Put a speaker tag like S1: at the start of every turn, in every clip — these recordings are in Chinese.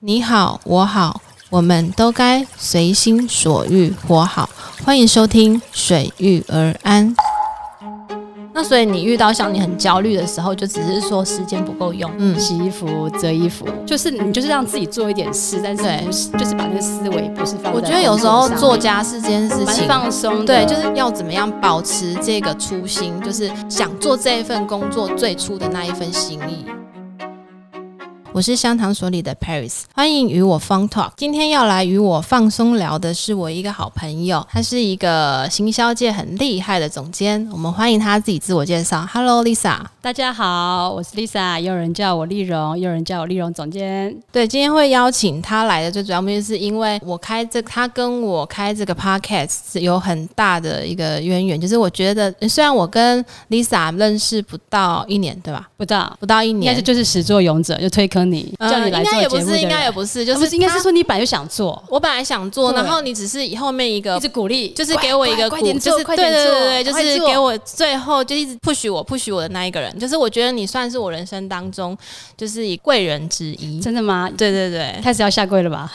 S1: 你好，我好，我们都该随心所欲活好。欢迎收听《水遇而安》。
S2: 那所以你遇到像你很焦虑的时候，就只是说时间不够用，
S1: 嗯，
S3: 洗衣服、折衣服，就是你就是让自己做一点事，但是
S1: 对
S3: 不是就是把那个思维不是放在
S1: 我觉得有时候
S3: 工
S1: 做
S3: 作上
S1: 家事这件事
S3: 蛮
S1: 情，
S3: 放松的，
S1: 对，就是要怎么样保持这个初心，就是想做这一份工作最初的那一份心意。我是香糖所里的 Paris，欢迎与我 Fun Talk。今天要来与我放松聊的是我一个好朋友，他是一个行销界很厉害的总监，我们欢迎他自己自我介绍。Hello Lisa，
S3: 大家好，我是 Lisa，也有人叫我丽蓉，也有人叫我丽蓉总监。
S1: 对，今天会邀请他来的最主要目的是因为我开这，他跟我开这个 podcast 是有很大的一个渊源。就是我觉得，呃虽然我跟 Lisa 认识不到一年，对吧？
S3: 不知道，
S1: 不到一
S3: 应该
S1: 年
S3: 是，就是始作俑者，就推坑你，
S1: 呃
S3: 叫你来
S1: 应
S3: 做
S1: 该也
S3: 节
S1: 不
S3: 目
S1: 是，
S3: 的
S1: 应该也
S3: 人
S1: 不是，就
S3: 啊不
S1: 是
S3: 是应该
S1: 他
S3: 是说你本来就想做，
S1: 我本来想做，
S3: 对
S1: 然后你只是以后面一个
S3: 一直鼓励，
S1: 就是给我一个
S3: 快快
S1: 鼓
S3: 点做
S1: 就是
S3: 快
S1: 对
S3: 点
S1: 对
S3: 做
S1: 对对，就
S3: 快
S1: 是
S3: 做
S1: 给我最后就一直 push 我 push 我的那一个人，就是我觉得你算是我人生当中就是以贵人之一。
S3: 真 的吗？
S1: 对对对，
S3: 开始要下跪了吧？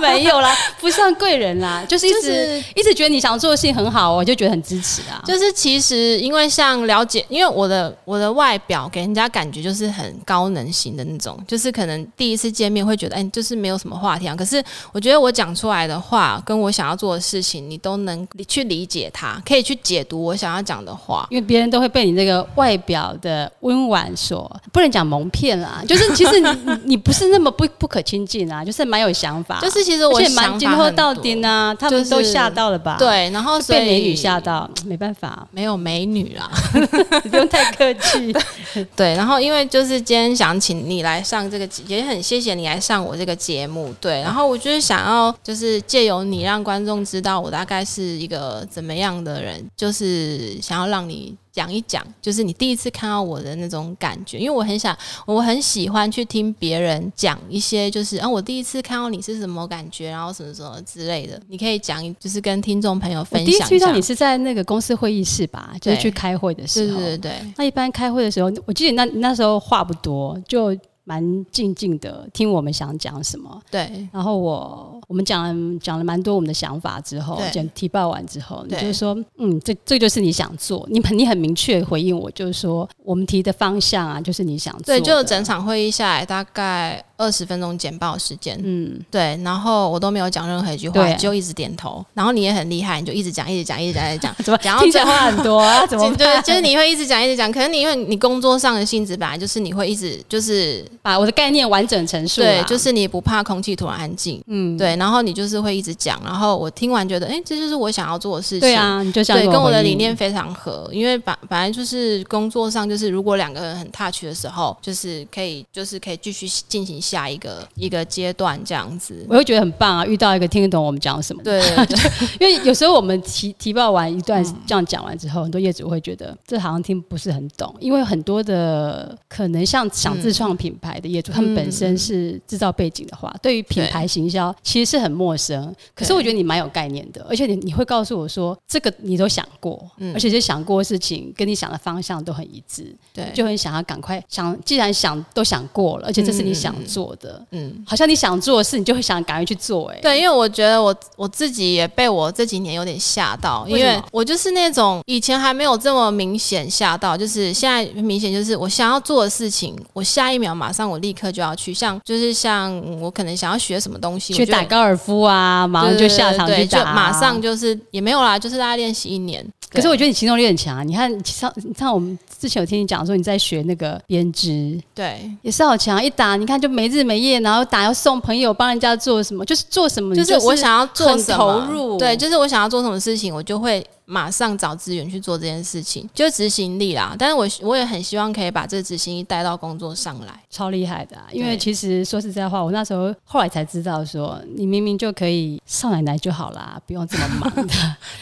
S3: 没有啦，不算贵人啦，就是一
S1: 就
S3: 直、
S1: 是
S3: 一直觉得你想做的事情很好，我就觉得很支持啊。
S1: 就是其实因为像了解，因为我的我的外表给人家感觉就是很高能型的那种，就是可能第一次见面会觉得，哎，就是没有什么话题啊。可是我觉得我讲出来的话，跟我想要做的事情，你都能理去理解它，可以去解读我想要讲的话。
S3: 因为别人都会被你这个外表的温婉所不能讲蒙骗啦， 就是其实你你你不是那么不不可亲近啊，就是蛮有想法，
S1: 就是其实
S3: 而
S1: 我
S3: 且
S1: 想
S3: 蛮
S1: 法
S3: 今后
S1: 很
S3: 到
S1: 多
S3: 底呢，他们
S1: 就是
S3: 都吓到了吧？，
S1: 对，然后所
S3: 被
S1: 以
S3: 美女吓到，嗯没办法，
S1: 没有美女啦。
S3: 你不用太客 气。
S1: 对，然后因为就是今天想请你来上这个节，也很谢谢你来上我这个节目。对，然后我就是想要就是借由你让观众知道我大概是一个怎么样的人，就是想要让你讲一讲，就是你第一次看到我的那种感觉，因为我很想，我很喜欢去听别人讲一些就是啊，我第一次看到你是什么感觉，然后什么什么之类的，你可以讲一，就是跟听众朋友
S3: 我
S1: 分
S3: 第
S1: 享一
S3: 一
S1: 下。
S3: 次遇到你是在那个公司会议室吧，就是
S1: 对
S3: 去开会的
S1: 对
S3: 时候。
S1: 对对对，
S3: 那一般开会的时候，我记得那那时候话不多，就蛮静静的听我们想讲什么。
S1: 对
S3: 然后我我们讲了讲了蛮多我们的想法之后
S1: 对，
S3: 讲提报完之后，你
S1: 对
S3: 就说，嗯，这这就是你想做，你很你很明确回应我，就是说我们提的方向啊，就是你想做
S1: 对，
S3: 的，
S1: 就整场会议下来大概二十分钟简报时间，
S3: 嗯，
S1: 对，然后我都没有讲任何一句话，
S3: 对，
S1: 你就一直点头，然后你也很厉害，你就一直讲，一直讲，一直讲，一直讲
S3: 怎么
S1: 讲到
S3: 听起
S1: 最
S3: 来
S1: 后
S3: 话很多啊？ 怎么
S1: 就
S3: 办
S1: 就就是你会一直讲，一直讲，可能你因为你工作上的性质本来就是你会一直就是
S3: 把我的概念完整陈述啊？
S1: 对，就是你不怕空气突然安静，
S3: 嗯，
S1: 对，然后你就是会一直讲，然后我听完觉得，哎，这就是我想要做的事情，
S3: 对啊，你就想
S1: 对，跟我的
S3: 回应
S1: 理念非常合，因为本本来就是工作上，就是如果两个人很 touch 的时候，就是可以，就是可以继续进行下一个一个阶段这样子。
S3: 我会觉得很棒啊！遇到一个听得懂我们讲什么的，
S1: 对对 对
S3: 因为有时候我们提提报完一段这样讲完之后，很多业主会觉得这好像听不是很懂，因为很多的可能像想自创品牌的业主，他们本身是制造背景的话，对于品牌行销其实是很陌生。可是我觉得你蛮有概念的，而且你你会告诉我说这个你都想过，
S1: 嗯
S3: 而且这想过的事情跟你想的方向都很一致，
S1: 对，
S3: 就很想要赶快想，既然想都想过了，而且这是你想做的，
S1: 嗯。
S3: 好像你想做的事，你就会想赶快去做、哎，
S1: 对，因为我觉得我我自己也被我这几年有点吓到，因
S3: 为什
S1: 为
S3: 么
S1: 我就是那种以前还没有这么明显吓到，就是现在明显就是我想要做的事情，我下一秒马上我立刻就要去，像就是像嗯我可能想要学什么东西，
S3: 去
S1: 我就
S3: 打高尔夫啊，马上就下场
S1: 对
S3: 去
S1: 对对
S3: 打、啊
S1: 就马上。就是也没有啦，就是大家练习一年。
S3: 可是
S1: 对
S3: 我觉得你行动力很强啊！你看上，你看我们之前有听你讲说你在学那个编织，
S1: 对。
S3: 也是好强，啊一打你看就没日没夜，然后打要送朋友，帮人家做什么，就是做什么，
S1: 就
S3: 你
S1: 是我想要做
S3: 很
S1: 什么，
S3: 投入
S1: 对，就是我想要做什么事情，我就会马上找资源去做这件事情，就执行力啦。但是我我也很希望可以把这执行力带到工作上来。
S3: 超厉害的啊、因为
S1: 对
S3: 其实说实在话，我那时候后来才知道说，你明明就可以上奶奶就好啦，不用这么 忙的，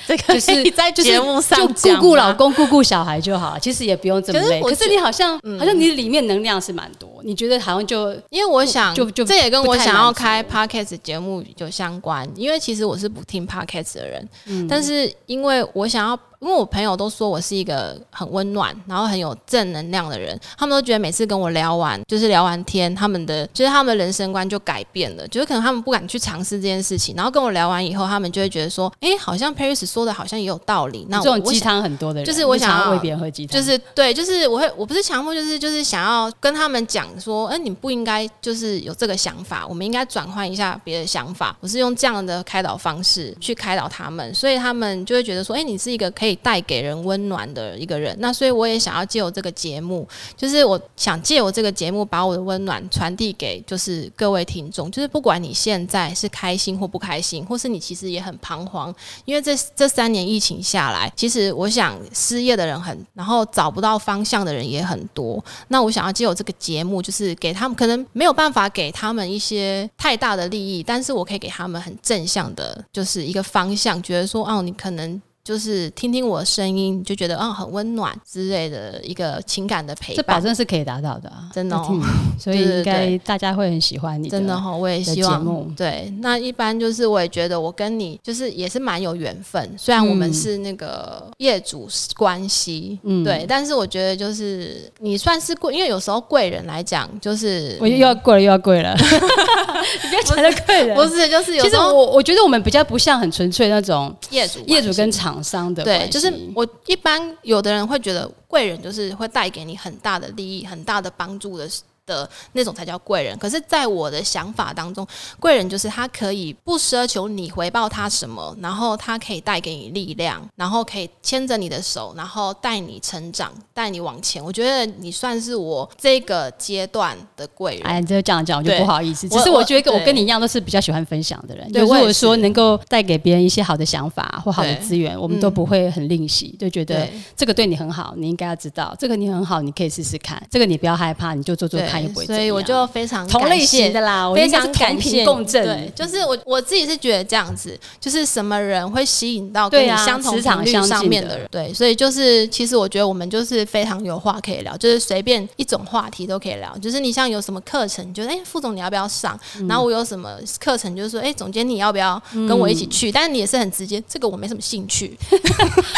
S1: 这
S3: 个就是可以
S1: 在
S3: 就是就顾顾老，公、顾顾小孩就好，其实也不用这么
S1: 可是
S3: 累。
S1: 我
S3: 可
S1: 觉
S3: 是你好像、
S1: 嗯
S3: 好像你里面能量是蛮多，你觉得好像就
S1: 因为我想，
S3: 就就
S1: 这也跟
S3: 不
S1: 我
S3: 太
S1: 想要
S3: 满足
S1: 开 podcast 节
S3: 嗯
S1: 目有相关，因为其实我是不听 podcast 的人，但是因为我想要。因为我朋友都说我是一个很温暖，然后很有正能量的人，他们都觉得每次跟我聊完，就是聊完天，他们的就是他们的人生观就改变了，就是可能他们不敢去尝试这件事情，然后跟我聊完以后，他们就会觉得说，诶，好像 Paris 说的好像也有道理，那
S3: 这
S1: 我
S3: 种
S1: 我
S3: 鸡
S1: 想
S3: 汤很多的人，
S1: 就是我
S3: 你常
S1: 想要
S3: 喂别人喝鸡汤，
S1: 就是对，就是我会，我不是强迫，就是就是想要跟他们讲说，哎、你不应该就是有这个想法，我们应该转换一下别的想法。我是用这样的开导方式去开导他们，所以他们就会觉得说，哎、你是一个可以带给人温暖的一个人。那所以我也想要借由这个节目，就是我想借由这个节目把我的温暖传递给就是各位听众，就是不管你现在是开心或不开心，或是你其实也很彷徨，因为这这三年疫情下来，其实我想失业的人很，然后找不到方向的人也很多。那我想要借由这个节目，就是给他们可能没有办法给他们一些太大的利益，但是我可以给他们很正向的，就是一个方向，觉得说哦，你可能。就是听听我的声音，你就觉得哦很温暖之类的一个情感的陪
S3: 这保
S1: 伴，
S3: 证是可以达到的啊，
S1: 真的哦
S3: 嗯所以
S1: 对对
S3: 应该
S1: 对
S3: 大家会很喜欢你
S1: 真的哦
S3: 的。
S1: 哈、我也
S3: 的
S1: 希
S3: 节
S1: 望
S3: 目
S1: 对，那一般就是我也觉得我跟你就是也是蛮有缘分，虽然我们
S3: 嗯
S1: 是那个业主关系，
S3: 嗯
S1: 对，但是我觉得就是你算是贵，因为有时候贵人来讲就是
S3: 我又要跪了，又要 跪了，你不要讲到贵人。
S1: 不是就是有
S3: 其实
S1: 时候
S3: 我我觉得我们比较不像很纯粹那种
S1: 业主
S3: 业主
S1: 关系
S3: 跟厂商的
S1: 对，
S3: 关
S1: 就是
S3: 系
S1: 我一般有的人会觉得贵人就是会带给你很大的利益、很大的帮助的的那种才叫贵人。可是，在我的想法当中，贵人就是他可以不奢求你回报他什么，然后他可以带给你力量，然后可以牵着你的手，然后带你成长，带你往前。我觉得你算是我这个阶段的贵人。
S3: 哎，你这样讲我就
S1: 对
S3: 不好意思。只
S1: 我
S3: 是我觉得
S1: 我
S3: 我跟
S1: 对
S3: 你一样，都是比较喜欢分享的人。
S1: 对
S3: 就如
S1: 我也
S3: 果
S1: 是
S3: 说能够带给别人一些好的想法或好的
S1: 对
S3: 资源，我们都
S1: 嗯
S3: 不会很吝惜，就觉得
S1: 对
S3: 这个对你很好，你应该要知道；这个你很好，你可以试试看；这个你不要害怕，你就做做
S1: 对
S3: 看，也不，会怎
S1: 所
S3: 么样。
S1: 以我就非常
S3: 同
S1: 感
S3: 类
S1: 谢
S3: 型的啦，我
S1: 非
S3: 应该
S1: 常
S3: 哦是
S1: 感
S3: 同
S1: 谢
S3: 频共振。
S1: 对，就是我我自己是觉得这样子，就是什么人会吸引到跟
S3: 对
S1: 你
S3: 啊
S1: 相同
S3: 磁场
S1: 频率
S3: 相近
S1: 上面
S3: 的
S1: 的人？对，所以就是其实我觉得我们就是非常有话可以聊，就是随便一种话题都可以聊。就是你像有什么课程，你觉得哎、副总你要不要上？
S3: 嗯
S1: 然后我有什么课程，就是说哎、总监你要不要跟我一起去？但是你也是很直接，这个我没什么兴 趣。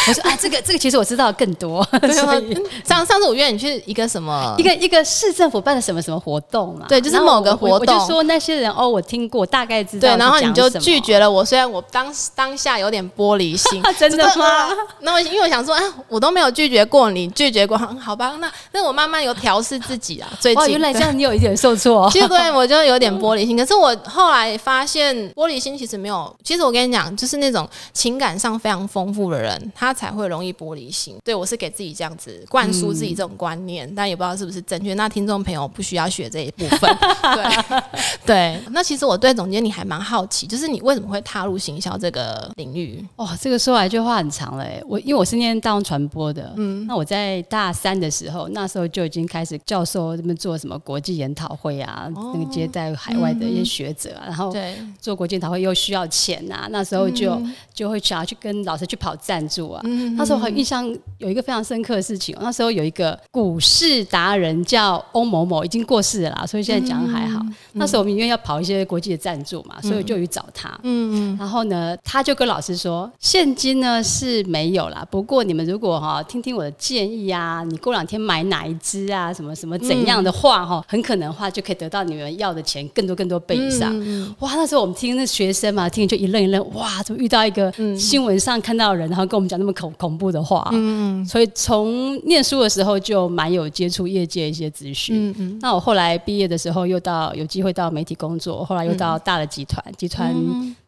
S3: 我说啊，这个这个其实我知道更多，
S1: 对啊
S3: 所以
S1: 嗯上上次我约你去一个什么
S3: 一个一个市政府办的什么什么活动嘛，
S1: 对就是
S3: 然后
S1: 某个
S3: 我
S1: 活
S3: 我就
S1: 动
S3: 说那些人哦，我听过，大概知道
S1: 对，
S3: 是
S1: 然后你
S3: 讲
S1: 就
S3: 什么，
S1: 拒绝了我。虽然我当当下有点玻璃心
S3: 啊真 的吗
S1: 就是？呃那我因为我想说，啊，我都没有拒绝过你，拒绝过，嗯好吧？那那我慢慢有调试自己啊。最近
S3: 哇，原来这
S1: 对
S3: 样你有一点受挫哦，
S1: 其实对我就有点玻璃心，可是我后来发现玻璃心其实没有。其实我跟你讲，就是那种情感上非常丰富的人，他才会容易玻璃心。对我是给自己这样子灌输自己
S3: 嗯
S1: 这种观念，但也不知道是不是正确。那听众朋友不需要学这一部分。 对对，那其实我对总监你还蛮好奇，就是你为什么会踏入行销这个领域？
S3: 哇、这个说来就话很长了哎。我因为我是念大众传播的，嗯，那我在大三的时候，那时候就已经开始教授这边做什么国际研讨会啊，那个接待海外的一些学者啊，然后
S1: 对，
S3: 做国际研讨会又需要钱啊，那时候就、
S1: 嗯
S3: 就会想要去跟老师去跑赞助啊。那时候很印象有一个非常深刻的事情哦，那时候有一个股市达人叫欧某某，已经过世了啦，所以现在讲还好。
S1: 嗯
S3: 那时候我们因为要跑一些国际的赞助嘛，所以我就去找他。
S1: 嗯，
S3: 然后呢，他就跟老师说，现金呢是没有啦，不过你们如果哈、听听我的建议啊，你过两天买哪一支啊，什么什么怎样的话哈、很可能的话就可以得到你们要的钱更多更多倍以上。
S1: 嗯
S3: 哇，那时候我们听那学生嘛，听就一愣一愣，哇，怎么遇到一个新闻上看到的人，然后跟我们讲那么恐恐怖的话、嗯，所以从念书的时候就蛮有接触业界一些资讯，
S1: 嗯嗯
S3: 那我后来毕业的时候，又到有机会到媒体工作，后来
S1: 嗯
S3: 又到大的集团，集团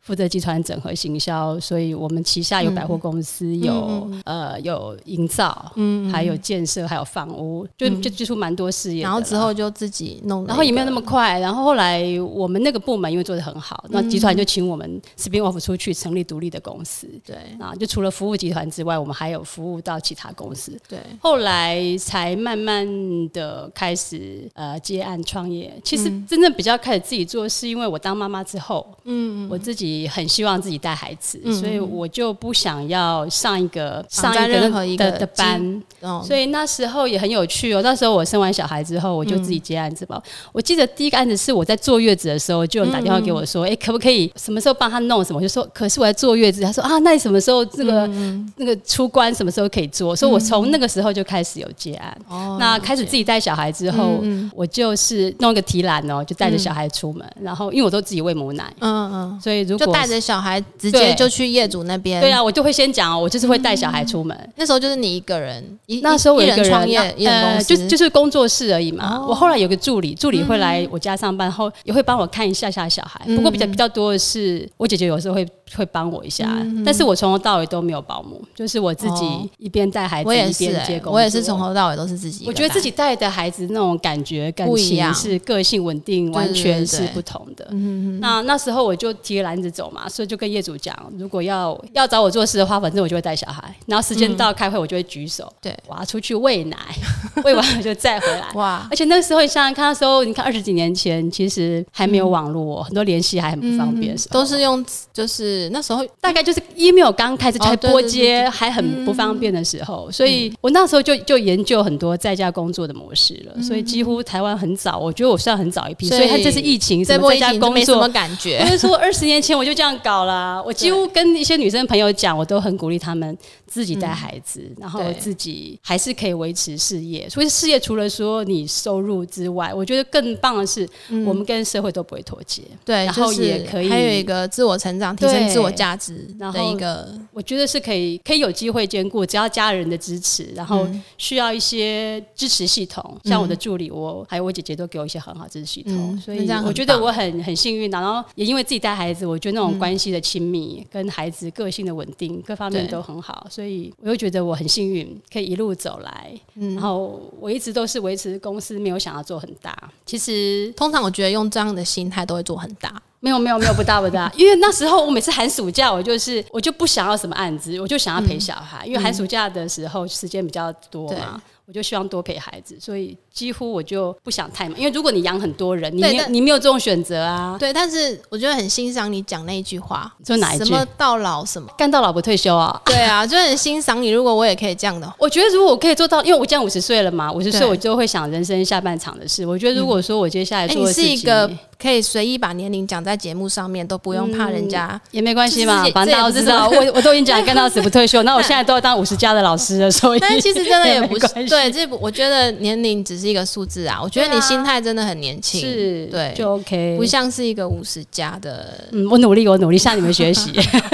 S3: 负责集团整合行销，所以我们旗下有百
S1: 嗯
S3: 货公司，有呃有营造，
S1: 嗯
S3: 还有建设，还有房屋，就就接触蛮多事业的啦。
S1: 然后之后就自己弄了一个，
S3: 然后也没有那么快，然后后来我们那个部门因为做的很好，那集团就
S1: 嗯
S3: 请我们 spin off 出去成立独立的公司
S1: 对
S3: 啊，就除了服务集团之外，我们还有服务到其他公司，
S1: 对，
S3: 后来才慢慢的开始呃接案创业。其实真正比较开始自己做，是因为我当妈妈之后，嗯我自己己很希望自己带孩子，
S1: 嗯
S3: 所以我就不想要上一个
S1: 绑
S3: 上
S1: 在
S3: 一个
S1: 任何一个
S3: 的的
S1: 基
S3: 班，
S1: 哦，
S3: 所
S1: 以
S3: 以那时候也很有趣哦。那时候我生完小孩之后，我就
S1: 嗯
S3: 自己接案子吧。我记得第一个案子是我在坐月子的时候，就有人打电话给我说：“
S1: 嗯
S3: 哎、可不可以什么时候帮他弄什么？”我就说：“可是我在坐月子。”他说：“啊，那你什么时候那个、
S1: 嗯
S3: 那个出关什么时候可以做？”所以，我从那个时候就开始有接案。
S1: 哦
S3: 那开始自己带小孩之后，
S1: 嗯
S3: 我就是弄一个提篮哦，就带着小孩出门，然后因为我都自己喂母奶，
S1: 嗯嗯，
S3: 所以如
S1: 就
S3: 果
S1: 带着小孩直接
S3: 对
S1: 就去业主那边。
S3: 对，啊，我就会先讲哦，我就是会带小孩出门。
S1: 那时候就是你一个人，一
S3: 那时候我有
S1: 一
S3: 一个人
S1: 创业
S3: 那，
S1: 一人公
S3: 呃，
S1: 司，
S3: 就就是工作室而已嘛。
S1: 哦
S3: 我后来有个助理，助理会来我家上班后，也会帮我看一下下小孩。不过比较
S1: 嗯
S3: 比较多的是，我姐姐有时候会会帮我一下，但是我从头到尾都没有保姆，就是我自己
S1: 嗯哦
S3: 一边带孩子
S1: 我也
S3: 一
S1: 是、
S3: 边接
S1: 欸，
S3: 工作。
S1: 我也是从头到尾都是自己一个
S3: 我
S1: 人带。
S3: 觉得自己带的孩子那种感觉、感
S1: 不一
S3: 情
S1: 样
S3: 是个性稳定，完全是
S1: 对
S3: 不同的。嗯那那时候我就提着篮子走嘛，所以就跟业主讲，如果要要找我做事的话，反正我就会带小孩，然后时间到开会我就会举手，
S1: 对
S3: 我要出去喂奶， 喂完我就再回来。
S1: 哇，
S3: 而且那时候你想想看，那时候你看二十几年前，其实还没有网络、哦，很多联系还很不方便的时候，
S1: 嗯都是用就是那时候
S3: 大概就是 email 刚开始
S1: 哦
S3: 还
S1: 对嗯
S3: 拨
S1: 对对
S3: 接，
S1: 对
S3: 还很不方便的时候，所以我那时候就就研究很多在家工作的模式了。所以几乎台湾很早，我觉得我算很早一批，
S1: 嗯所
S3: 所
S1: 以
S3: 以它这次疫情，
S1: 这
S3: 什
S1: 波
S3: 么在
S1: 疫
S3: 家
S1: 情就
S3: 工
S1: 没什么
S3: 作。
S1: 感觉
S3: 我，就说，二十年前我就这样搞啦。我几乎跟一些女生朋友讲，我都很鼓励她们自己带孩子，然后
S1: 对
S3: 自己还是可以维持事业。所以事业除了说你收入之外，我觉得更棒的是，我们跟社会都不会脱节。
S1: 对，
S3: 然后
S1: 就是
S3: 也可以
S1: 还有一个自我成长、提升
S3: 对
S1: 自我价值
S3: 然
S1: 的
S3: 后
S1: 一个，
S3: 我觉得是可以，可以有机会兼顾，只要家人的支持，然后
S1: 嗯
S3: 需要一些支持系统，像我的助理，我还有我姐姐都给我一些很好的支持系统，
S1: 嗯
S3: 所
S1: 那
S3: 以
S1: 这样很
S3: 我觉得
S1: 棒
S3: 我很很幸运的。然后也因为自己带孩子，我觉得那种关系的亲密、跟孩子个性的稳定，各方面
S1: 对
S3: 都很好，所以我又觉得我很幸运，可以一路走来。
S1: 嗯
S3: 然后我一直都是维持公司没有想要做很大，其实
S1: 通常我觉得用这样的心态都会做很大。
S3: 没有没有没有不大不大， 因为那时候我每次寒暑假，我就是我就不想要什么案子，我就想要陪小孩，因为寒暑假的时候时间比较多嘛，我就希望多陪孩子，所以几乎我就不想太忙，因为如果你养很多人，你
S1: 对
S3: 没有
S1: 但
S3: 你没有这种选择啊，
S1: 对，但是我觉得很欣赏你讲那一句话，
S3: 就哪一句
S1: 什么到老什 么。
S3: 干到老不退休啊。
S1: 对啊，就很欣赏你。如果我也可以这样的话，
S3: 我觉得如果我可以做到，因为我这样五十岁了嘛，五十岁
S1: 对
S3: 我就会想人生下半场的事。我觉得如果说我接下来
S1: 哎、
S3: 做
S1: 你
S3: 的事
S1: 是
S3: 情，
S1: 一个可以随意把年龄讲在节目上面，都不用怕人家。
S3: 也没关系
S1: 就
S3: 嘛
S1: 是，
S3: 反正大家都知道，
S1: 这也
S3: 我我都已经讲干到死不退 休，那我现在都要当五十加的老师了，所 以
S1: 但是其实真的也不是
S3: 也没关系
S1: 对，这不，我觉得年龄只是一个数字啊。我觉得
S3: 对
S1: 你
S3: 啊
S1: 心态真的很年轻，
S3: 是，
S1: 对，
S3: 就 OK，
S1: 不像是一个五十加的。
S3: 嗯，我努力，我努力向你们学 习。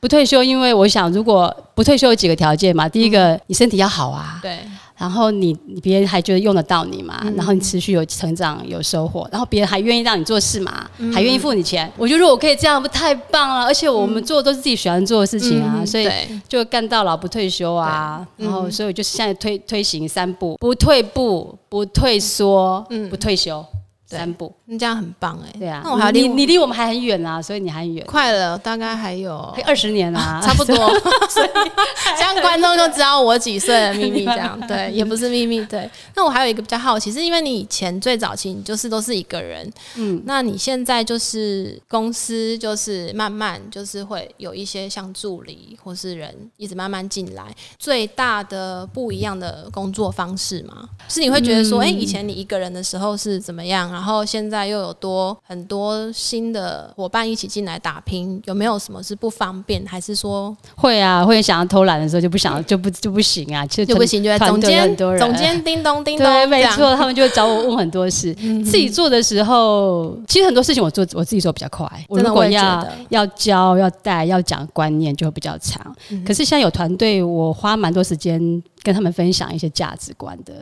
S3: 不退休，因为我想，如果不退休有几个条件嘛，第一个，你身体要好啊，
S1: 嗯对，嗯
S3: 然后你你别人还觉得用得到你嘛，然后你持续有成长有收获，然后别人还愿意让你做事嘛，
S1: 嗯
S3: 还愿意付你钱。我觉得如果可以这样，不太棒啊了。而且我们做的都是自己喜欢做的事情啊，
S1: 嗯
S3: 所以
S1: 对嗯
S3: 就干到老不退休啊。然后，所以我就是现在推推行三步：不退步、不退缩、不退休，
S1: 嗯对
S3: 三步。
S1: 那这样很棒哎、
S3: 对啊，
S1: 那我还要
S3: 你
S1: 另
S3: 你离我们还很远啊，所以你还很远，
S1: 快了，大概还有
S3: 还二十年啊，
S1: 差不多， 这样观众就知道我几岁的秘密。这 样对，也不是秘密。对，那我还有一个比较好奇，是因为你以前最早期你就是都是一个人，嗯，那你现在就是公司就是慢慢就是会有一些像助理或是人一直慢慢进来，最大的不一样的工作方式吗？是你会觉得
S3: 嗯
S1: 说，哎、以前你一个人的时候是怎么样，然后现在又有多很多新的伙伴一起进来打拼，有没有什么是不方便，还是说
S3: 会啊，会想要偷懒的时候就不想就不就不行啊，其实
S1: 就不行，就在
S3: 团
S1: 总
S3: 队有
S1: 监
S3: 很多人
S1: 总监叮咚叮咚，
S3: 对，没
S1: 这样
S3: 错，他们就会找我问很多 事。自己做的时候，其实很多事情我做我自己做比较快。我
S1: 真的
S3: 如果
S1: 我也觉
S3: 要
S1: 得
S3: 要教、要带、要讲观念，就会比较长。可是现在有团队，我花蛮多时间跟他们分享一些价值观的。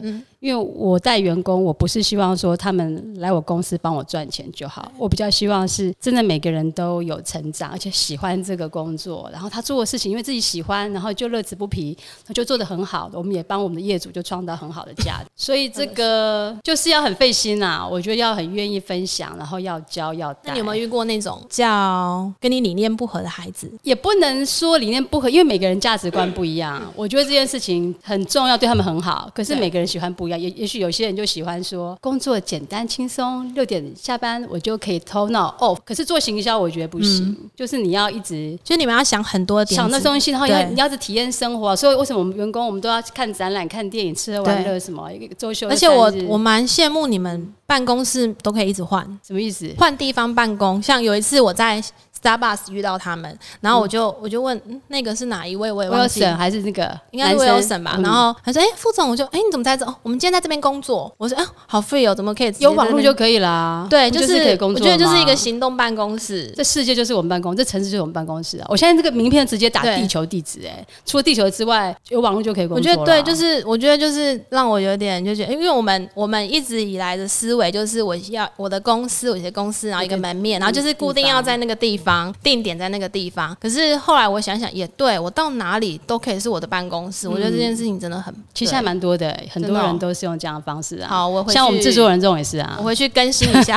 S3: 因为我带员工，我不是希望说他们来我公司帮我赚钱就好，我比较希望是真的每个人都有成长，而且喜欢这个工作。然后他做的事情，因为自己喜欢，然后就乐此不疲，那就做得很好。我们也帮我们的业主就创造很好的价值。所以这个就是要很费心啊，我觉得要很愿意分享，然后要教要带。
S1: 那你有没有遇过那种叫跟你理念不合的孩子？
S3: 也不能说理念不合，因为每个人价值观不一样。我觉得这件事情很很重要，对他们很好。可
S1: 嗯
S3: 是
S1: 对
S3: 每个人喜欢不一样，也也许有些人就喜欢说工作简单轻松，六点下班我就可以头脑 off。可是做行销，我觉得不行，就是你要一直
S1: 就是你们要想很多嗯点
S3: 想那
S1: 子
S3: 东西，然后要
S1: 对
S3: 你要是体验生活啊、所以为什么我们员工我们都要看展览、看电影、吃喝玩乐什么？一个周休三日，
S1: 而且我我蛮羡慕你们办公室都可以一直换
S3: 什么意思？
S1: 换地方办公，像有一次我在 Starbucks 遇到他们，然后我就、我就问、嗯那个是哪一位，我也
S3: 我有
S1: 忘记了。
S3: 省还是那个
S1: 应该是
S3: 男生
S1: Wilson 吧，
S3: 嗯
S1: 然后他说：“哎、副总，我就哎、你怎么在这？哦，我们今天在这边工作。”我说：“啊，好 free 哦，怎么可以直接
S3: 有
S1: 在
S3: 网
S1: 那
S3: 络
S1: 边
S3: 就可以啦。
S1: 对，
S3: 不
S1: 就是
S3: 可以工
S1: 我
S3: 作
S1: 觉得就是一
S3: 吗
S1: 个行动办公室，
S3: 这世界就是我们办公，这城市就是我们办公室啊！我现在这个名片直接打
S1: 对
S3: 地球地址、哎，除了地球之外，有网络就可以工
S1: 我
S3: 作
S1: 觉
S3: 了。啊
S1: 得对，就是我觉得就是让我有点就觉得，因为我们我们一直以来的思维就是我要我的公司，我的公司，然后一个门面，然后就是固定要在那个地方，定点在那个地方。可是后来我想想也对，我到哪里都可以是我的办公室。我觉得这件事情真的很，
S3: 嗯其实还蛮多的、哎很
S1: 真
S3: 多
S1: 的哦
S3: 人都是用这样的方式啊。
S1: 好我回去
S3: 像我们制作人这种也是啊
S1: 我，回去更新一 下，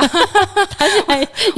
S3: 你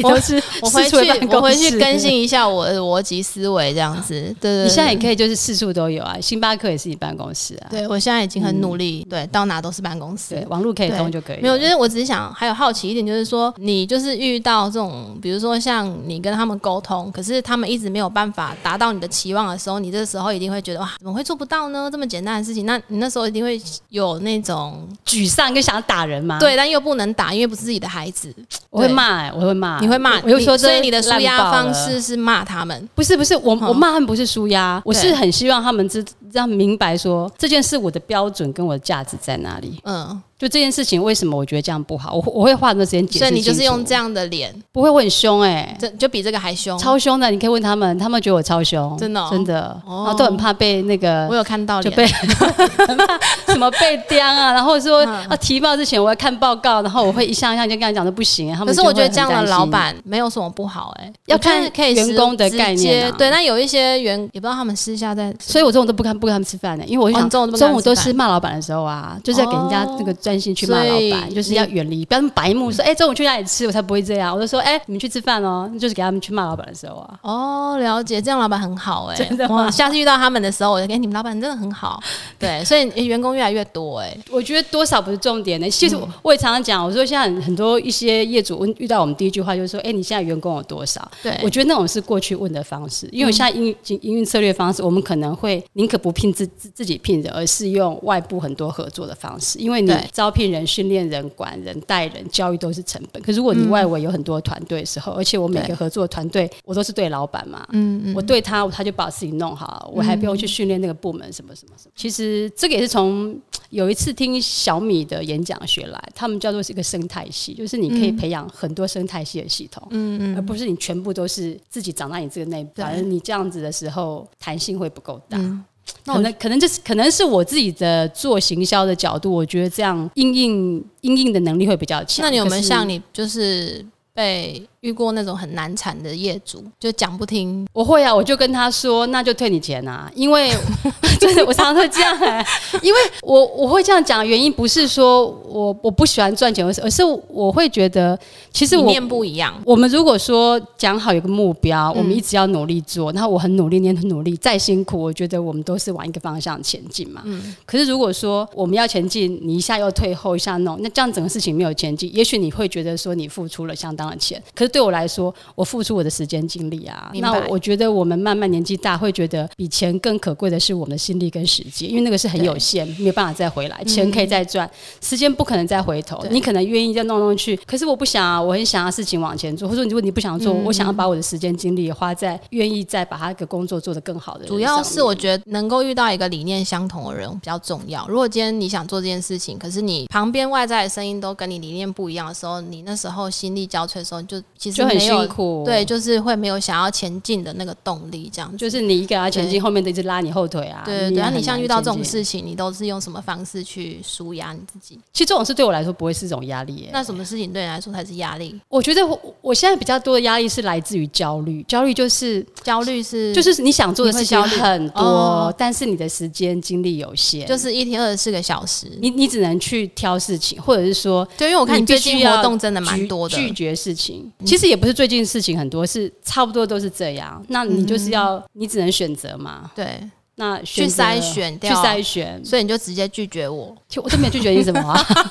S1: 我
S3: 都是
S1: 我回去
S3: 四处的办公
S1: 我回去
S3: 室
S1: 更新。一嗯下我的逻辑思维这样子。对对
S3: 你现在也
S1: 对。
S3: 可以就是四处都有啊，星巴克也是你办公室啊，
S1: 对，我现在已经很努力，对，到哪都是办公室
S3: 对，。网络可以
S1: 对
S3: 通就可以了。
S1: 没有，就是我只是想还有好奇一点，就是说你就是遇到这种，比如说像你跟他们沟通，可是他们一直没有办法达到你的期望的时候，你这时候一定会觉得哇，怎么会做不到呢？这么简单的事情，那你那时候一定会有那种、啊
S3: 沮丧跟想打人吗？，
S1: 对，但又不能打，因为不是自己的孩子，
S3: 我会骂、哎我会骂，
S1: 你会骂，
S3: 我又说
S1: 你
S3: 这
S1: 所以你的舒
S3: 烂
S1: 压
S3: 爆
S1: 方
S3: 了
S1: 式是骂他们，
S3: 不是不是，我
S1: 嗯
S3: 我骂他们不是舒压，我
S1: 对
S3: 是很希望他们知让明白说这件事我的标准跟我的价值在哪里。
S1: 嗯，
S3: 就这件事情为什么我觉得这样不好，我我会花很多时间解释。
S1: 所以你就是用这
S3: 样，
S1: 样的脸，
S3: 不会我很凶哎、
S1: 这就比这个还凶。
S3: 超凶的，你可以问他们，他们觉得我超凶，
S1: 真的哦
S3: 真的，
S1: 哦
S3: 然后都很怕被那个
S1: 我有看到
S3: 就
S1: 脸，
S3: 被 很怕什么被刁啊，然后说
S1: 嗯
S3: 要提报之前我要看报告，然后我会一项一项就跟他讲都不行，啊他
S1: 可
S3: 们
S1: 是
S3: 就
S1: 我
S3: 会
S1: 觉得
S3: 很
S1: 这样的
S3: 担心
S1: 老板没有什么不好、欸，哎，
S3: 要看
S1: 可以
S3: 员
S1: 实
S3: 工的
S1: 直
S3: 概念啊
S1: 接对，那有一些员也不知道他们私下在，
S3: 所以我中午都不看不跟他们吃饭欸的、因为我就
S1: 哦
S3: 想、
S1: 你中午都不跟他
S3: 中
S1: 们
S3: 午
S1: 吃
S3: 都
S1: 饭
S3: 是骂老板的时候啊，就是要给人家那个专心去骂
S1: 哦
S3: 老
S1: 所以
S3: 板，就是
S1: 你
S3: 要远离，不要那么白目说，哎、中午去哪里吃，我才不会这样。我就说，哎、你们去吃饭哦，就是给他们去骂老板的时候啊。
S1: 哦，了解，这样老板很好、欸，
S3: 真的吗
S1: 哇，下次遇到他们的时候，我就跟你们老板真的很好，对，所以欸员工越来越多、欸，哎，
S3: 我觉得多少不是重点呢、其
S1: 嗯
S3: 实我我也常常讲，我说现在很多一些业主问遇到我们第一句话就是说，哎、你现在员工有多少？
S1: 对，
S3: 我觉得那种是过去问的方式，因为我现在营营营运策略方式，我们可能会宁可不聘自自自己聘人，而是用外部很多合作的方式，因为你
S1: 对
S3: 招聘人、训练人、管人、带人、教育都是成本。可如果你外围有很多团队的时候，而且我每
S1: 嗯对
S3: 个合作团队，我都是对老板嘛。
S1: 嗯嗯，
S3: 我对他，他就把自己弄好，我还不用去训练那个部门什么什么什么。其实这个也是从有一次听小米的演讲学来，他们叫做是一个生态系，就是你可以培养很多生态系的系统。
S1: 嗯
S3: 而
S1: 嗯
S3: 不是你全部都是自己长在你这个内部，
S1: 对
S3: 反正你这样子的时候弹性会不够大。
S1: 嗯，那我
S3: 可能可能这是可能是我自己的做行销的角度，我觉得这样应应应应的能力会比较强。
S1: 那你有没有
S3: 可是
S1: 像你就是被遇过那种很难缠的业主，就讲不听，
S3: 我会啊，我就跟他说，那就退你钱啊，因为 真的我常常会这样、欸，因为我我会这样讲，原因不是说我我不喜欢赚钱，而是而是我会觉得其实
S1: 理
S3: 我
S1: 念不一样，
S3: 我们如果说讲好有个目标，
S1: 嗯
S3: 我们一直要努力做，然后我很努力，你也很努力，再辛苦，我觉得我们都是往一个方向前进嘛。
S1: 嗯
S3: 可是如果说我们要前进，你一下又退后，一下弄，那这样整个事情没有前进，也许你会觉得说你付出了相当的钱，可是对我来说，我付出我的时间精力啊。
S1: 明白
S3: 那我觉得我们慢慢年纪大，会觉得比钱更可贵的是我们的心力跟时间，因为那个是很有限，没有办法再回来，钱可以再赚，时间不可能再回头
S1: 对，
S3: 你可能愿意再弄弄去，可是我不想啊，我很想要事情往前做，或者说如果你不想
S1: 嗯
S3: 做，我想要把我的时间精力花在愿意再把他的工作做得更好的人上
S1: 主
S3: 面。
S1: 要是我觉得能够遇到一个理念相同的人比较重要。如果今天你想做这件事情，可是你旁边外在的声音都跟你理念不一样的时候，你那时候心力交瘁的时候，你就其实
S3: 就很
S1: 没有
S3: 辛苦，哦
S1: 对，。就是会没有想要前进的那个动力，这样子。
S3: 就是你一个人要前
S1: 对
S3: 进，后面的一直拉你后腿啊。
S1: 对对对，然后
S3: 很
S1: 你像
S3: 难
S1: 遇到这
S3: 前
S1: 种
S3: 进，
S1: 事情，你都是用什么方式去舒压你自己？
S3: 其实这种事对我来说不会是一种压力耶。
S1: 那什么事情对你来说才是压力？
S3: 我觉得我我现在比较多的压力是来自于焦虑，焦虑就是
S1: 焦虑是
S3: 就是你想做的
S1: 你会
S3: 事情
S1: 焦虑
S3: 很多
S1: 哦，
S3: 但是你的时间精力有限，
S1: 就是是一天二十四个小时。
S3: 你你只能去挑事情，或者是说
S1: 就因为我看你
S3: 你
S1: 最
S3: 必须
S1: 近
S3: 要
S1: 活动真的蛮
S3: 拒
S1: 多的，嗯
S3: 拒绝事情。其实也不是最近事情很多，是差不多都是这样。那你就是要，你只能选择嘛。
S1: 对，
S3: 那
S1: 嗯去
S3: 选择
S1: 筛选
S3: 去
S1: 掉，
S3: 筛选，
S1: 所以你就直接拒绝我，
S3: 就我都没有拒绝你什么 啊？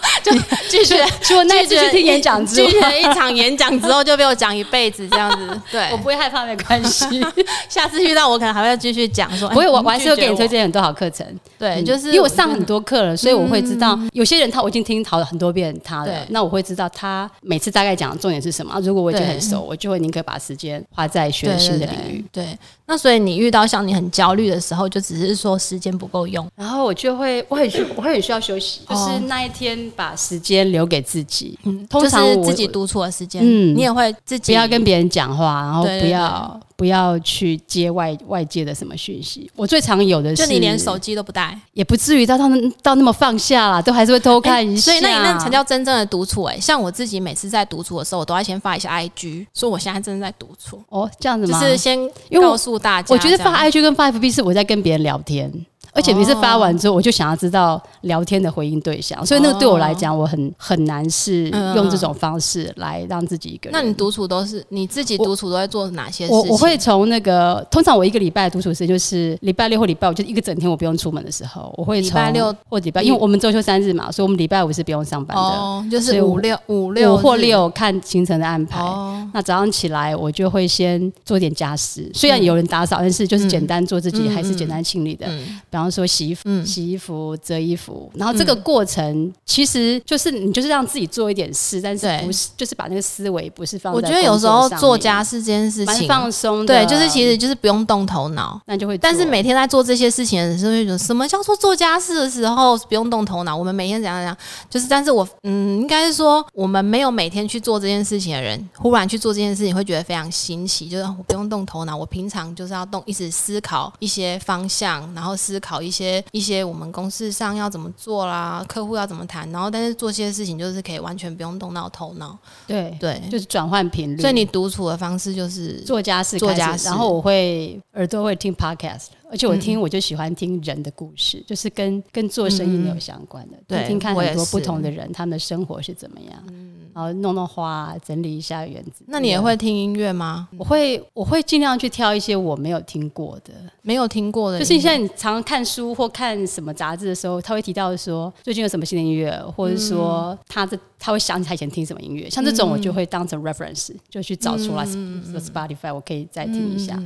S1: 拒 绝
S3: 除了 那一次去听演讲之
S1: 拒
S3: 外，
S1: 绝 一场演讲之后就被我讲一辈子这样子。对
S3: 我，不会害怕，没关 系。
S1: 下次遇到我可能还会继续讲说，
S3: 不会，
S1: 哎
S3: 我
S1: 你
S3: 我还是
S1: 拒
S3: 会
S1: 绝
S3: 给你推
S1: 我。
S3: 荐很多好课程。
S1: 对，
S3: 嗯
S1: 就是嗯
S3: 因为我
S1: 觉
S3: 上
S1: 得
S3: 很多课了，所以我会知道有些人他我已经听好很多遍他
S1: 对
S3: 了，那我会知道他每次大概讲的重点是什么。如果我已经
S1: 对
S3: 很熟，我就会宁可把时间花在学
S1: 对
S3: 新
S1: 对
S3: 的领域。
S1: 对，
S2: 那所以你遇到像你很焦虑的时候，就只是说时间不够用。
S3: 然后我就会，我很需， 我会很需要休息，就
S1: 哦
S3: 是那一天把时间留给自己。
S1: 嗯，
S3: 通常
S1: 就是
S3: 我
S1: 自己独处的时间，
S3: 嗯
S1: 你也会自
S3: 不
S1: 己
S3: 要跟别人讲话，然后
S1: 对对
S3: 不要不要去接外外界的什么讯息。我最常有的是，
S1: 就你连手机都不带，
S3: 也不至于到到那到那么放下啦，都还是会偷看一
S1: 哎
S3: 下。
S1: 所以那你那才叫真正的独处哎、像我自己每次在独处的时候，我都要先发一下 IG，说我现在正在独处，
S3: 哦这样子
S1: 就
S3: 吗？
S1: 是先
S3: 因为我
S1: 告诉大家。
S3: 我觉得
S1: 这
S3: 发
S1: 样哦
S3: IG 跟发 FB 是我在跟别人聊天，而且每次发完之后，我就想要知道聊天的回应对象，所以那个对我来讲，我很很难是
S1: 哦嗯
S3: 用这种方式来让自己一个人。
S1: 那你独处都是你自己独处都会做哪些事情？
S3: 我我会从那个通常我一个礼拜的独处时间就是礼拜六或礼拜五，就是一个整天我不用出门的时候，我会
S1: 礼拜
S3: 从
S1: 六
S3: 或礼拜，因为我们周休三日嘛，所以我们礼拜五是不用上班的，
S1: 哦，就
S3: 所
S1: 是
S3: 以我
S1: 五六五
S3: 五
S1: 六
S3: 或
S1: 日
S3: 六看行程的安排。
S1: 哦，
S3: 那早上起来，我就会先做点家事，虽然有人打扫，但是就是简单做自己，
S1: 嗯
S3: 还是简单清理的。
S1: 嗯
S3: 比方说洗衣服、
S1: 嗯
S3: 洗衣服、折衣服，然后这个过程其实就是你就是让自己做一点事，但是
S1: 对
S3: 不是就是把那个思维不是放在
S1: 我觉得有时候
S3: 工作上面
S1: 做家事这件事
S3: 蛮
S1: 情，
S3: 放松的，啊
S1: 对，就是其实就是不用动头脑。
S3: 那就会做，
S1: 但是每天在做这些事情的时候，会觉得什么叫做做家事的时候不用动头脑？我们每天怎样怎样，就是，但是我嗯，应该是说我们没有每天去做这件事情的人，忽然去做这件事情，会觉得非常新奇，就是我不用动头脑，我平常就是要动，一直思考一些方向，然后思考一些一些我们公司上要怎么做啦，客户要怎么谈，然后但是做这些事情就是可以完全不用动到头脑，
S3: 对，
S1: 对，
S3: 就是转换频率。
S1: 所以你独处的方式就是
S3: 做家事开始，
S1: 做家嗯事
S3: 然后我会耳朵会听 podcast，而且我听、我就喜欢听人的故事，就是跟跟做生意没有相关的，
S1: 嗯对
S3: 就听看
S1: 我也
S3: 很多
S1: 是嗯
S3: 不同的人他们的生活是怎么样，然后弄弄花，啊整理一下园子。
S1: 那你也会听音乐吗？
S3: 我会我会尽量去挑一些我没有听过的，
S1: 没有听过的音
S3: 就
S1: 乐，
S3: 是现在你常常看书或看什么杂志的时候，他会提到说最近有什么新的音乐，或者
S1: 嗯
S3: 说他的他会想起他以前听什么音乐，像这种我就会当成 reference 就去找
S1: 嗯
S3: 出来，Spotify 我可以再听一下。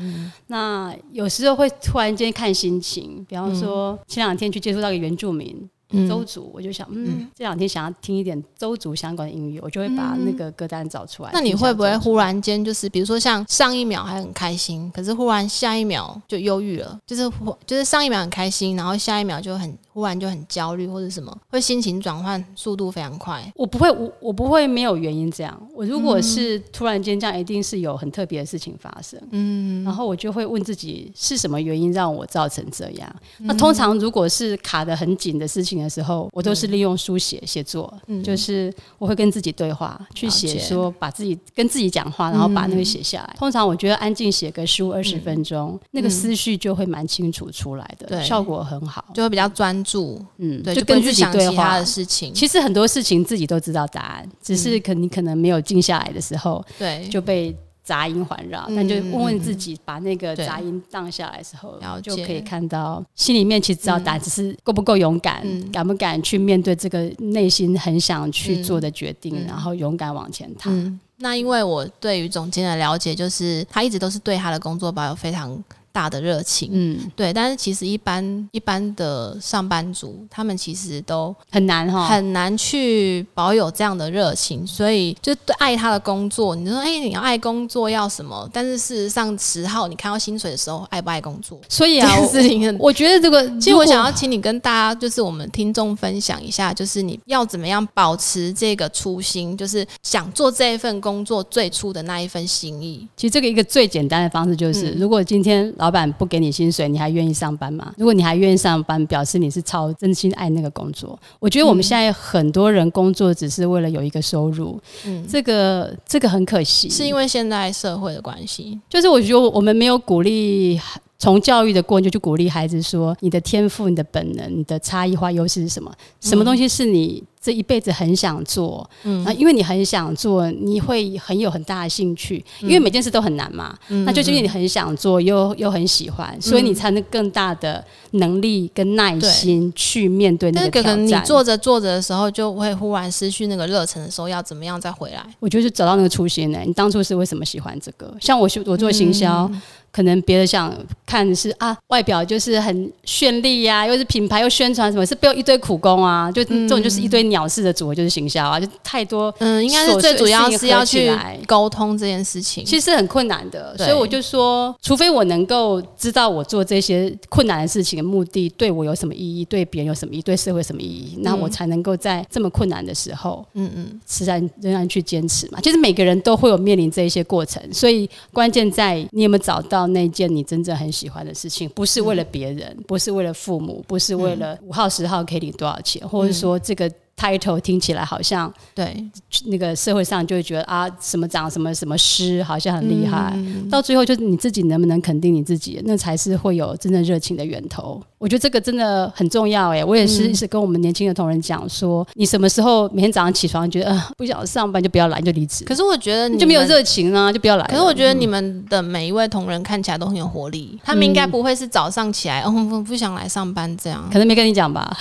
S3: 那有时候会突然间看心情，比方
S1: 嗯
S3: 说前两天去接触到一个原住民。周族，我就想，嗯，这两天想要听一点周族相关的音乐，我就会把那个歌单找出来。
S1: 嗯那你
S3: 听一下
S1: 会不会
S3: 周族
S1: 忽然间就是，比如说像上一秒还很开心，可是忽然下一秒就忧郁了，就是忽就是上一秒很开心，然后下一秒就很忽然就很焦虑或者什么，会心情转换速度非常快。
S3: 我不会，我我不会没有原因这样。我如
S1: 嗯
S3: 果是突然间这样，一定是有很特别的事情发生。嗯，然后我就会问自己是什么原因让我造成这样。那
S1: 嗯
S3: 通常如果是卡得很紧的事情的时候，我都
S1: 嗯
S3: 是利用书写写作，就是我会跟自己对话，去
S1: 了解嗯
S3: 写说把自己跟自己讲话，然后把那个写下来。通常我觉得安静写个十五二十分钟，那个思绪就会蛮清楚出来的，
S1: 嗯对
S3: 效果很好。
S1: 就会比较专注，
S3: 嗯，
S1: 对，
S3: 就
S1: 不会
S3: 跟
S1: 去
S3: 自己
S1: 想
S3: 对
S1: 其他
S3: 话
S1: 的。事情，
S3: 其实很多事情自己都知道答案，只
S1: 嗯
S3: 是可你可能没有静下来的时候
S1: 对，
S3: 就被杂音环绕，
S1: 嗯
S3: 但就问问自己，把那个
S1: 对
S3: 杂音荡下来的时候
S1: 了，解
S3: 就可以看到心里面其实知道答案，只是够不够勇敢，
S1: 嗯
S3: 敢不敢去面对这个内心很想去做的决定，
S1: 嗯
S3: 然后勇敢往前踏。
S1: 嗯，那因为我对于总监的了解，就是他一直都是对他的工作抱有非常大的热情。
S3: 嗯，
S1: 对，但是其实一般一般的上班族，他们其实都
S3: 很难哈。
S1: 很难去保有这样的热情，所以就对爱他的工作，你说哎、你要爱工作要什么？但是事实上，十号你看到薪水的时候，爱不爱工作
S3: 所以
S1: 这
S3: 啊，
S1: 件
S3: 我
S1: 事情很。
S3: 我觉得这个，
S1: 其实我想
S3: 要
S1: 要请你跟大家，就是我们听众分享一下，就是你要怎么样保持这个初心，就是想做这一份工作最初的那一份心意。
S3: 其实这个一个最简单的方式就是，
S1: 嗯
S3: 如果今天老板不给你薪水，你还愿意上班吗？如果你还愿意上班，表示你是超真心爱那个工作。我觉得我们现在很多人工作只是为了有一个收入，
S1: 嗯，
S3: 这个这个很可惜，
S1: 是因为现在社会的关系，
S3: 就是我觉得我们没有鼓励。从教育的过程就去鼓励孩子说，你的天赋、你的本能、你的差异化优势是什么？什么东西是你这一辈子很想做，
S1: 嗯
S3: 啊，因为你很想做，你会很有很大的兴趣，
S1: 嗯
S3: 因为每件事都很难嘛。那就是因为你很想做，又又很喜欢，所以
S1: 嗯
S3: 你才能更大的能力跟耐心去面对那
S1: 但是
S3: 个挑
S1: 可能
S3: 战。
S1: 你做着做着的时候，就会忽然失去那个热忱的时候，要怎么样再回来？
S3: 我觉得就找到那个初心呢、欸你当初是为什么喜欢这个？像我学我做行销，
S1: 嗯
S3: 可能别的想看是啊，外表就是很绚丽呀、又是品牌又宣传什么，是背后一堆苦工啊，就、这种就是一堆鸟事的组合，就是行销啊，就太多。
S1: 嗯，应该是
S3: 琐碎
S1: 最主要
S3: 事情
S1: 是要
S3: 合起
S1: 去
S3: 来
S1: 沟通这件事情。
S3: 其实是很困难的，
S1: 对
S3: 所以我就说，除非我能够知道我做这些困难的事情的目的对我有什么意义，对别人有什么意义，对社会有什么意义，那我才能够在这么困难的时候，
S1: 嗯嗯，
S3: 自然仍然去坚持嘛。其实每个人都会有面临这一些过程，所以关键在你有没有找到那件你真正很喜欢的事情，不是为了别人，不是为了父母，不是为
S1: 嗯
S3: 了五号十号可以领多少钱，或者说这个 title 听起来好像
S1: 对，
S3: 那个社会上就会觉得啊，什么长什么什么师好像很厉害。
S1: 嗯
S3: 到最后，就是你自己能不能肯定你自己，那才是会有真正热情的源头。我觉得这个真的很重要诶、我也
S1: 嗯
S3: 是一直跟我们年轻的同仁讲说，你什么时候每天早上起床觉得呃不想上班就不要来，你就离职，
S1: 可是我觉得
S3: 你
S1: 你
S3: 就没有
S1: 们
S3: 热情啊，就不要来了。
S1: 可是我觉得你们的每一位同仁看起来都很有活力，他们应该不会是早上起来，
S3: 嗯
S1: 哦，我不想来上班这 样，
S3: 可能没跟你 讲吧，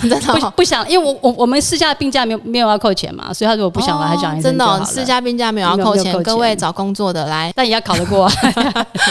S1: 真的
S3: 不
S1: 哦。
S3: 不想，因为我我我们私假病假没有没有要扣钱嘛，所以他如果不想来，他讲一
S1: 哦
S3: 声
S1: 真
S3: 就
S1: 的
S3: 好
S1: 哦，
S3: 了。
S1: 私家病假没有要
S3: 没有
S1: 扣
S3: 没有
S1: 钱，
S3: 扣
S1: 各位
S3: 钱
S1: 找工作的 来，
S3: 但也要考得过啊，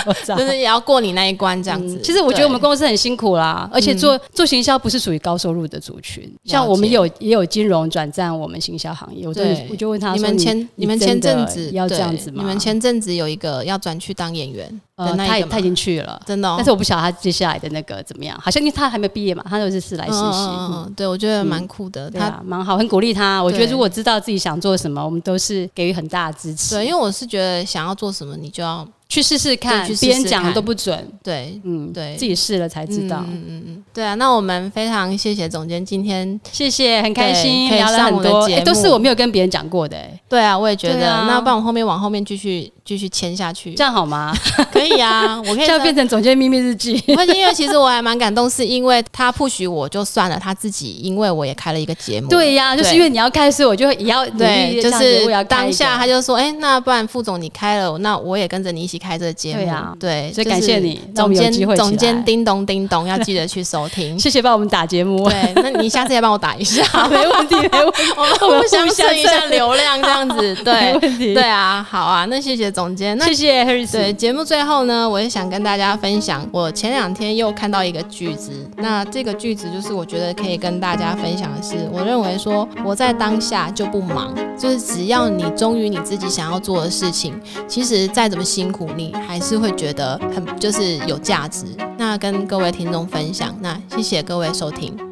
S3: 我知道
S1: 就是也要过你那一关这样子。
S3: 嗯其实我觉得我们
S1: 对嗯
S3: 公司很辛苦啦，而且做、做行销不是属于高收入的族群，像我们有也有金融转战我们行销行业，我就
S1: 对
S3: 我就问他
S1: 你
S3: 说
S1: 们前
S3: 你
S1: 们
S3: 真
S1: 前
S3: 的
S1: 阵子
S3: 要这
S1: 对
S3: 样子吗？
S1: 你们前阵子有一个要转去当演员的
S3: 呃，
S1: 那
S3: 他
S1: 一
S3: 也
S1: 个吗，
S3: 他已经去了。
S1: 真的哦，
S3: 但是我不晓得他接下来的那个怎么样，好像因为他还没毕业嘛，他就是是来实习，
S1: 嗯嗯嗯嗯对我觉得蛮酷的。
S3: 嗯对
S1: 他
S3: 啊，蛮好，很鼓励他。我觉得
S1: 对
S3: 如果知道自己想做什么，我们都是给予很大的支持。
S1: 对，因为我是觉得想要做什么，你就要
S3: 去试试看
S1: 对去，试试
S3: 别人讲的
S1: 看
S3: 都不准，
S1: 对
S3: 嗯，
S1: 对
S3: 自己试了才知道。
S1: 嗯嗯嗯，对啊。那我们非常谢谢总监今天
S3: 谢谢，很开心
S1: 对可以
S3: 聊了
S1: 上
S3: 很
S1: 我的
S3: 多，
S1: 节
S3: 哎，都是
S1: 目
S3: 我没有跟别人讲过的，哎，
S1: 对啊，我也觉
S3: 对
S1: 得。
S3: 啊
S1: 那不然我后面往后面继续继续签下去
S3: 这，样好吗？
S1: 可以 啊，我可以
S3: 这样变
S1: 说。
S3: 成总监秘密日记。
S1: 不是因为其实我还蛮感动，是因为他不许我就算了，他自己因为我也开了一个节目，
S3: 对呀、就是
S1: 对
S3: 因为你要开，所以我就也要努力
S1: 对，就
S3: 这样子我也要
S1: 是
S3: 开一
S1: 当
S3: 个
S1: 下他就说，哎、那不然副总你开了，那我也跟着你一起开这个节目，
S3: 对啊
S1: 对，
S3: 所
S1: 就
S3: 以
S1: 是
S3: 感谢你让
S1: 总
S3: 我们有
S1: 监
S3: 机会起来
S1: 总监叮咚叮咚，要记得去收 听。
S3: 谢谢帮我们打节目，
S1: 对，那你下次也帮我打一 下，
S3: 好没问题，没问题，
S1: 我
S3: 我
S1: 们
S3: 们
S1: 互相
S3: 互相
S1: 蹭一下
S3: 蹭
S1: 流量这样子，
S3: 没
S1: 对。
S3: 问题，
S1: 对，啊，好啊，那谢谢总监。那
S3: 谢谢 Harris，
S1: 对，节目最后呢，我也想跟大家分享，我前两天又看到一个句子，那这个句子就是我觉得可以跟大家分享的是，我认为说活在当下就不忙，就是只要你忠于你自己想要做的事情，其实再怎么辛苦，你还是会觉得很就是有价值。那跟各位听众分享，那谢谢各位收听。